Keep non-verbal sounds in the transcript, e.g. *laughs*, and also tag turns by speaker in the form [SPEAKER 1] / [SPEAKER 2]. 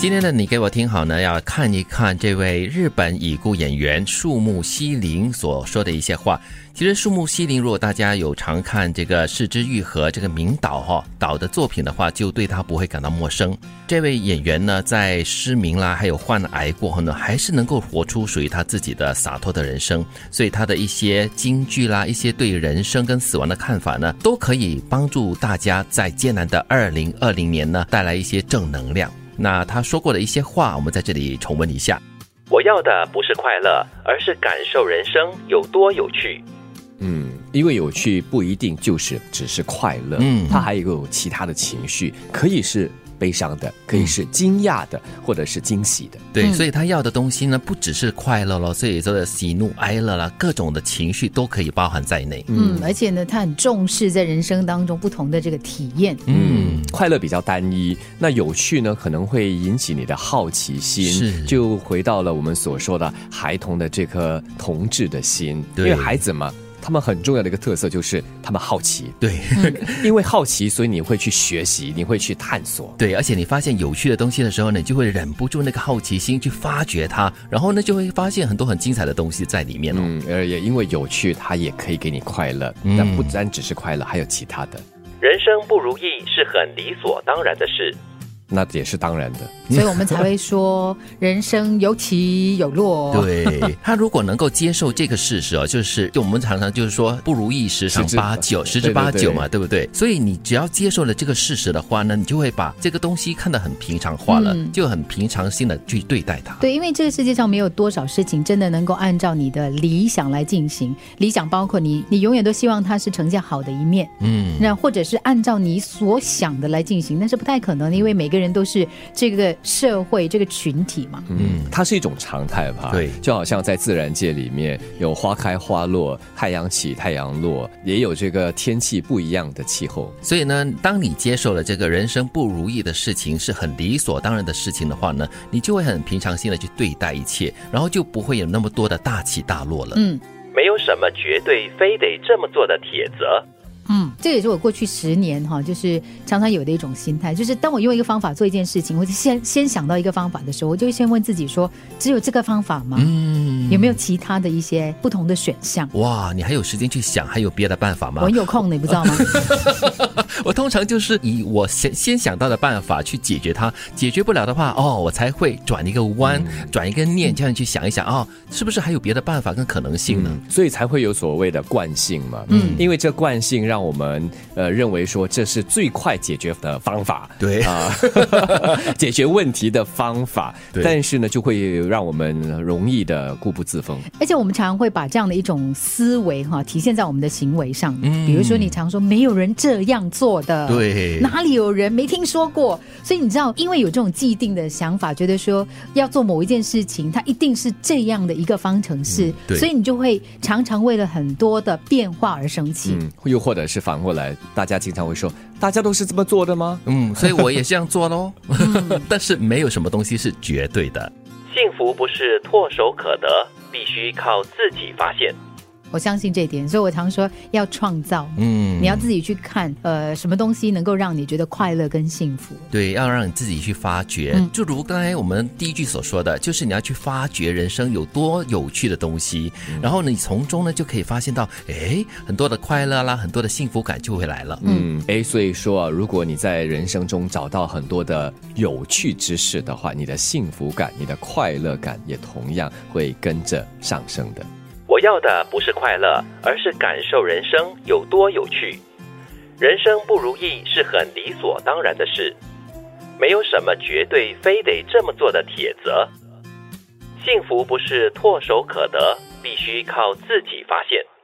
[SPEAKER 1] 今天的你给我听好呢，要看一看这位日本已故演员树木希林所说的一些话。其实树木希林，如果大家有常看这个《失之愈合》这个名导哈、导的作品的话，就对他不会感到陌生。这位演员呢，在失明啦，还有患癌过后呢，还是能够活出属于他自己的洒脱的人生。所以他的一些京剧啦，一些对人生跟死亡的看法呢，都可以帮助大家在艰难的二零二零年呢，带来一些正能量。那他说过的一些话，我们在这里重温一下。我要的不是快乐，而是感受人生有多有趣。
[SPEAKER 2] 嗯，因为有趣不一定就是只是快乐，
[SPEAKER 1] 嗯
[SPEAKER 2] 它还有其他的情绪，可以是悲伤的，可以是惊讶的，或者是惊喜的。
[SPEAKER 1] 对，
[SPEAKER 3] 嗯
[SPEAKER 1] 所以他要的东西呢，不只是快乐咯，所以说的喜怒哀乐啦，各种的情绪都可以包含在内。
[SPEAKER 3] 嗯，而且呢，他很重视在人生当中不同的这个体验。
[SPEAKER 1] 嗯，
[SPEAKER 2] 快乐比较单一，那有趣呢，可能会引起你的好奇
[SPEAKER 1] 是
[SPEAKER 2] 心，就回到了我们所说的孩童的这颗童稚的心，因
[SPEAKER 1] 对
[SPEAKER 2] 为孩子嘛。他们很重要的一个特色就是他们好奇，
[SPEAKER 1] 对 *laughs*
[SPEAKER 2] 因为好奇，所以你会去学习，你会去探索。
[SPEAKER 1] 对，而且你发现有趣的东西的时候呢，你就会忍不住那个好奇心去发掘它，然后呢，就会发现很多很精彩的东西在里面哦。
[SPEAKER 2] 嗯，而也因为有趣，它也可以给你快乐，
[SPEAKER 1] 嗯
[SPEAKER 2] 但不单只是快乐，还有其他的，
[SPEAKER 4] 人生不如意是很理所当然的事。
[SPEAKER 2] 那也是当然的。
[SPEAKER 3] 所以我们才会说人生有起有落。，
[SPEAKER 1] 对哦 *laughs* 他如果能够接受这个事实哦，就是就我们常常就是说不如意十常
[SPEAKER 2] 十之
[SPEAKER 1] 八九，十之
[SPEAKER 2] 对对
[SPEAKER 1] 八
[SPEAKER 2] 对
[SPEAKER 1] 九嘛，对不对？所以你只要接受了这个事实的话呢，你就会把这个东西看得很平常化了，
[SPEAKER 3] 嗯
[SPEAKER 1] 就很平常心的去对待它。
[SPEAKER 3] 对，因为这个世界上没有多少事情真的能够按照你的理想来进行。理想包括你，你永远都希望它是呈现好的一面，
[SPEAKER 1] 嗯，
[SPEAKER 3] 那或者是按照你所想的来进行，那是不太可能的，因为每个人都是这个社会这个群体嘛。
[SPEAKER 2] 嗯，它是一种常态吧？
[SPEAKER 1] 对
[SPEAKER 2] 就好像在自然界里面有花开花落，太阳起太阳落，也有这个天气不一样的气候。
[SPEAKER 1] 所以呢，当你接受了这个人生不如意的事情是很理所当然的事情的话呢，你就会很平常心的去对待一切，然后就不会有那么多的大起大落了。
[SPEAKER 3] 嗯
[SPEAKER 4] 没有什么绝对非得这么做的铁则。
[SPEAKER 3] 嗯，这也是我过去十年哈，就是常常有的一种心态，就是当我用一个方法做一件事情，我就先先想到一个方法的时候，我就会先问自己说，只有这个方法吗？
[SPEAKER 1] 嗯，
[SPEAKER 3] 有没有其他的一些不同的选项？
[SPEAKER 1] 哇？你还有时间去想，还有别的办法吗
[SPEAKER 3] 我？很有空的，你不知道吗？
[SPEAKER 1] 嗯我通常就是以我先先想到的办法去解决它，解决不了的话，哦，我才会转一个弯，转一个念，这样去想一想，哦，是不是还有别的办法跟可能性呢？
[SPEAKER 2] 嗯，所以才会有所谓的惯性嘛。
[SPEAKER 3] 嗯
[SPEAKER 2] 因为这惯性让我们呃认为说这是最快解决的方法，
[SPEAKER 1] 对
[SPEAKER 2] 啊， *laughs* 解决问题的方法。
[SPEAKER 1] 对
[SPEAKER 2] 但是呢，就会让我们容易的固步自封。
[SPEAKER 3] *laughs* 而且我们常会把这样的一种思维哈体现在我们的行为上，
[SPEAKER 1] 嗯
[SPEAKER 3] 比如说你常说没有人这样做的，
[SPEAKER 1] 对
[SPEAKER 3] 哪里有人没听说过？所以你知道，因为有这种既定的想法，觉得说要做某一件事情，它一定是这样的一个方程式，
[SPEAKER 1] 嗯对
[SPEAKER 3] 所以你就会常常为了很多的变化而生气。
[SPEAKER 2] 嗯，又或者是反过来，大家经常会说，大家都是这么做的吗？
[SPEAKER 1] 嗯，所以我也这样做喽， *laughs* 但是没有什么东西是绝对的。
[SPEAKER 4] 幸福不是唾手可得，必须靠自己发现。
[SPEAKER 3] 我相信这一点，所以我常说要创造。
[SPEAKER 1] 嗯，
[SPEAKER 3] 你要自己去看，呃，什么东西能够让你觉得快乐跟幸福？
[SPEAKER 1] 对，要让你自己去发掘。
[SPEAKER 3] 嗯
[SPEAKER 1] 就如刚才我们第一句所说的，就是你要去发掘人生有多有趣的东西，然后呢，你从中呢就可以发现到，哎，很多的快乐啦，很多的幸福感就会来了。
[SPEAKER 2] 嗯，哎，所以说啊，如果你在人生中找到很多的有趣之事的话，你的幸福感、你的快乐感也同样会跟着上升的。
[SPEAKER 4] 我要的不是快乐，而是感受人生有多有趣。人生不如意是很理所当然的事，没有什么绝对非得这么做的铁则。幸福不是唾手可得，必须靠自己发现。